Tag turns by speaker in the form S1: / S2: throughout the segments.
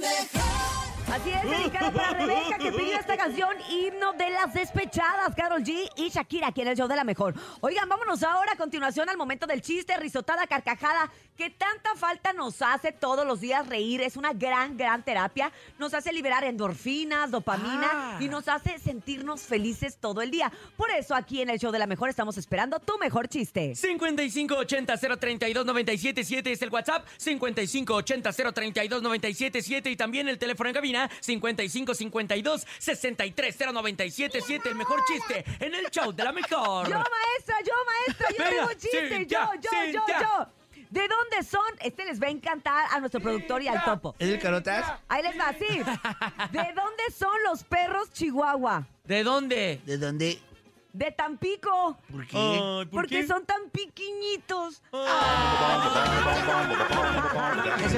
S1: mejor.
S2: Así es, dedicada para Rebeca que pidió esta canción, himno de las despechadas, Carol G y Shakira, aquí en el show de la mejor. Oigan, vámonos ahora a continuación al momento del chiste, risotada, carcajada, que tanta falta nos hace todos los días reír. Es una gran, gran terapia. Nos hace liberar endorfinas, dopamina
S3: Ah.
S2: y nos hace sentirnos felices todo el día. Por eso aquí en el show de la mejor estamos esperando tu mejor chiste.
S3: 5580-032-977 es el WhatsApp, 5580-032-977 y también el teléfono en cabina, 5552-630977, el mejor chiste en el show de la mejor.
S2: Yo, maestra, yo, maestra, yo
S3: Venga,
S2: tengo un chiste.
S3: Cintia,
S2: yo, yo, yo,
S3: Cintia.
S2: yo. ¿De dónde son? Este les va a encantar a nuestro productor y al topo.
S4: ¿Es el carotas?
S2: Ahí les va, así. ¿De dónde son los perros chihuahua?
S3: ¿De dónde?
S4: ¿De dónde?
S2: De Tampico.
S4: ¿Por qué?
S3: Ay, ¿por
S2: porque
S3: qué?
S2: son tan piquiñitos.
S4: Ese Ah,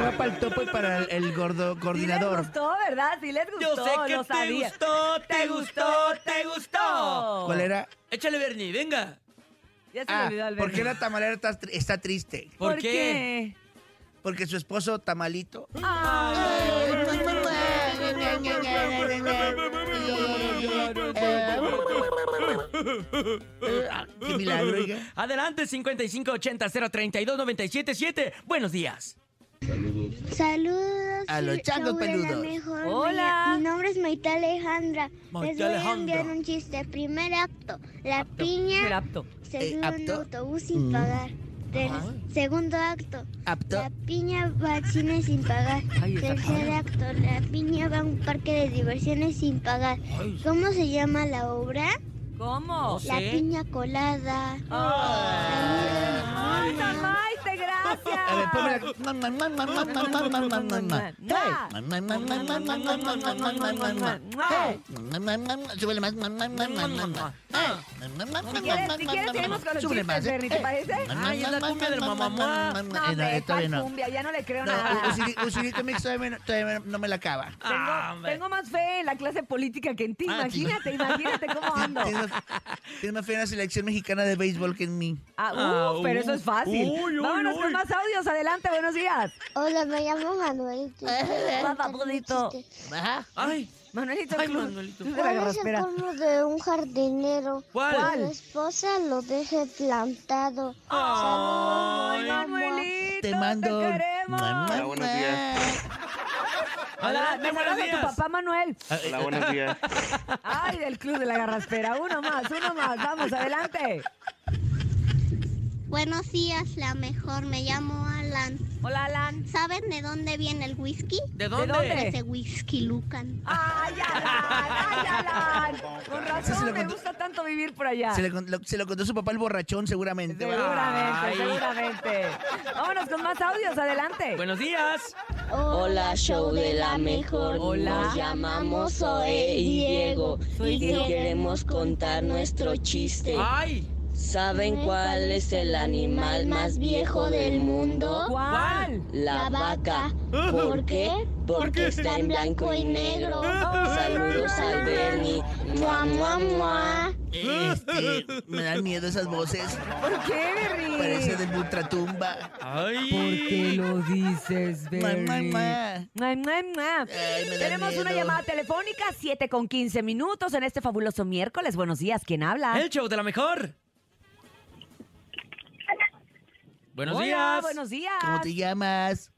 S4: va para el topo y para el, el gordo
S2: Sí les
S4: coordinador.
S2: gustó, ¿verdad? Sí les gustó.
S3: Yo sé que
S2: lo
S3: te
S2: sabía.
S3: gustó, te gustó, te gustó.
S4: ¿Cuál era?
S3: Échale, Bernie, venga.
S2: Ya se me
S4: Ah,
S2: olvidó el
S4: ¿por qué
S2: verbo.
S4: la tamalera está, tr- está triste?
S3: ¿Por
S2: ¿Por
S3: qué?
S2: qué?
S4: Porque su esposo tamalito. Ah, Qué milagro, oiga.
S3: Adelante, 5580-032-977. Buenos días.
S5: Saludos.
S4: A los
S5: show
S4: changos
S5: de la
S4: peludos.
S5: mejor.
S2: Hola.
S5: Mi, mi nombre es Maite Alejandra. Les
S3: Maite
S5: voy a
S3: Alejandra.
S5: enviar un chiste. Primer acto. La
S2: Qué
S5: piña
S2: apto.
S5: se
S4: Eh,
S5: sube en un
S4: apto.
S5: autobús sin pagar. Ter- Segundo acto.
S4: Apto.
S5: La piña va al cine sin pagar.
S2: Ay, esa
S5: Tercer acto. La piña va a un parque de diversiones sin pagar. ¿Cómo se llama la obra?
S2: ¿Cómo?
S5: La
S3: sé.
S5: piña colada.
S2: Ah. Ay, Ana Maite, gracias.
S4: A ver, ponme la...
S2: Mua. Mua.
S4: Súbele más. Si
S2: quieres- si quieres, seguimos con los chistes,
S4: ¿eh?
S2: Bernie, ¿te parece?
S3: Ay, es la cumbia del mamamá.
S2: No, hombre,
S4: todavía
S2: ¿cuál
S4: no.
S2: cumbia? Ya no le creo
S4: No,
S2: nada.
S4: Usiri- Usirito Mix todavía no- todavía no me la acaba.
S2: Tengo,
S3: Ah, hombre.
S2: tengo más fe en la clase política que en ti.
S3: Ah,
S2: Imagínate, imagínate cómo ando.
S4: Tienes tienes más fe en la selección mexicana de béisbol que en mí.
S2: Ah, uh,
S3: Ah,
S2: pero
S3: uh.
S2: eso es fácil.
S3: Uy, uy,
S2: Vámonos con
S3: uy.
S2: más audios. Adelante, buenos días.
S5: Hola, me llamo Manuel.
S2: Hola, Pablito.
S3: Ay,
S2: Manuelito,
S3: Ay,
S2: tú-
S3: Manuelito.
S2: tú de la
S5: ¿Cuál es el
S2: garraspera.
S5: colmo de un jardinero?
S3: ¿Cuál?
S5: Que Su esposa lo deje plantado.
S2: Ay, Manuelito,
S4: Te mando.
S2: te queremos.
S4: Mamá.
S6: Ah, buenos
S5: Eh,
S6: días.
S3: adelante,
S2: Me saludas
S3: buenos
S2: a tu
S3: días. Ah.
S2: papá Manuel.
S6: Hola, buenos días.
S2: Ay, del club de la garraspera. Uno más, uno más. Vamos, adelante.
S5: Buenos días, la mejor. Me llamo Alan.
S2: Hola, Alan.
S5: ¿Saben de dónde viene el whisky?
S3: ¿De
S2: ¿De
S3: dónde?
S2: dónde?
S5: whisky Lucan.
S2: Ay, Alan, ay, Alan. Con
S4: Se
S2: razón,
S4: lo
S2: me
S4: contó-
S2: gusta tanto vivir por allá.
S4: Se, le con- lo, se lo contó su papá el borrachón, seguramente.
S2: Seguramente,
S3: Ay.
S2: seguramente. Vámonos con más audios, adelante.
S3: Buenos días.
S7: Hola, show de la mejor.
S2: Hola.
S7: Nos llamamos Zoe y Diego
S2: Soy
S7: y
S2: Diego. Ah.
S7: queremos contar nuestro chiste.
S3: Ay,
S7: ¿Saben cuál es el animal más viejo del mundo?
S2: ¿Cuál?
S7: La vaca. ¿Por qué? Porque está en blanco y negro. Saludos al Bernie. Mua, mua, mua.
S4: Este, me dan miedo esas voces.
S2: ¿Por qué, Berry?
S4: Parece de ultratumba.
S3: ay.
S2: lo dices,
S4: Mamá, mamá.
S2: Mua, mua, mua.
S4: Ay, me da
S2: Tenemos una
S4: miedo.
S2: llamada telefónica, 7 con 15 minutos en este fabuloso miércoles. Buenos días, ¿quién habla?
S3: El show de la mejor. Buenos
S2: Hola,
S3: días.
S2: buenos días.
S4: ¿Cómo te llamas?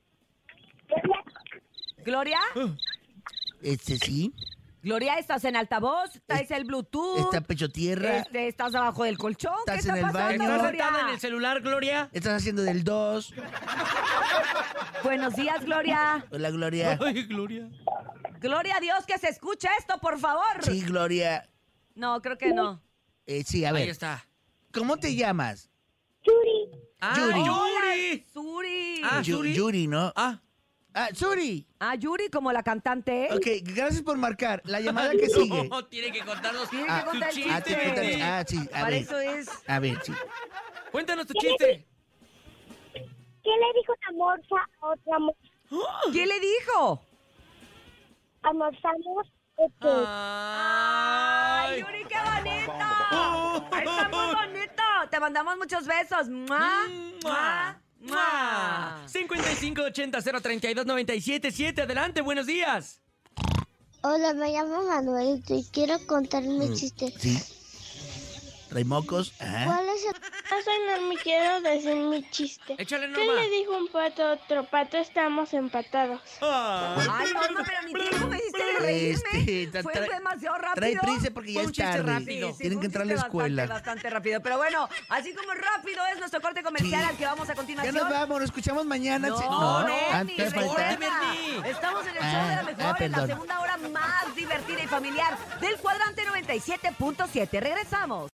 S2: Gloria,
S4: Ah. Este sí.
S2: Gloria, estás en altavoz, traes el Bluetooth,
S4: Está pecho tierra.
S2: este, estás abajo del colchón.
S4: Estás
S2: ¿Qué está
S4: en el
S2: pasando,
S4: baño.
S3: ¿Estás sentada en
S2: Gloria?
S3: el celular, Gloria?
S4: Estás haciendo del 2.
S2: Buenos días, Gloria.
S4: Hola, Gloria.
S3: Ay, Gloria.
S2: Gloria a Dios que se escucha esto, por favor.
S4: Sí, Gloria.
S2: No, creo que no.
S4: Eh, sí, a
S3: Ahí
S4: ver.
S3: está.
S4: ¿Cómo te llamas?
S3: Ah,
S4: Yuri.
S3: Yuri.
S2: Suri.
S3: Ah,
S4: Yu-
S3: Yuri.
S4: Yuri, ¿no?
S3: Ah,
S4: Ah, Yuri.
S2: Ah, Yuri, como la cantante. ¿eh?
S4: Ok, gracias por marcar. La llamada que sigue.
S2: Ah,
S3: No, tiene que contarnos
S2: Tiene que
S3: tu
S2: contar el
S3: chiste.
S4: Ah, te
S2: cuentan-
S3: Bernie.
S4: cuentan- ah, sí, a
S2: Para
S4: ver.
S2: eso es.
S4: A ver, sí.
S3: Cuéntanos tu chiste.
S8: ¿Qué le dijo una morsa a otra morsa?
S3: ¡Ah!
S2: ¿Qué le dijo?
S8: Almorzamos este,
S7: Ah.
S2: ¡Ay,
S3: Ay,
S2: Yuri, qué bonito!
S3: Mm,
S2: ¡Está muy bonito! Te mandamos muchos besos. ¡Mua! ¡Mua! ¡Mua!
S3: 5580 032 977 Adelante, buenos días.
S5: Hola, me llamo Manuelito y quiero contar
S7: Mm.
S5: mi chiste.
S4: Sí. Raimocos. Ajá.
S5: ¿Cuál es el
S9: Pasa, no me quiero decir mi chiste.
S3: Échale,
S9: ¿Qué
S3: Norma.
S9: le dijo un pato a otro pato? Estamos empatados.
S3: Ah.
S2: Ay, Norma, pero ni tiempo me hiciste de
S4: Este,
S2: reírme.
S4: tra-
S2: Fue
S4: tra-
S2: demasiado rápido.
S4: Trae prisa porque ya
S3: Fue un
S4: es
S3: chiste
S4: tarde.
S3: rápido. Sí,
S4: Tienen
S2: fue
S4: que
S2: un
S4: entrar a la
S2: chiste
S4: escuela.
S2: Bastante, bastante rápido. Pero bueno, así como rápido es nuestro corte comercial
S4: Sí.
S2: al que vamos a
S4: Ya
S2: continuación.
S4: nos vamos, nos escuchamos mañana.
S2: No,
S4: Sí.
S2: no,
S4: antes
S2: Bernie,
S4: falta-
S2: respeta.
S3: Bernie.
S2: Estamos en el show
S4: Ah,
S2: de la
S4: ah,
S2: mejor, en la
S4: perdón.
S2: segunda hora más divertida y familiar del cuadrante 97.7. Regresamos.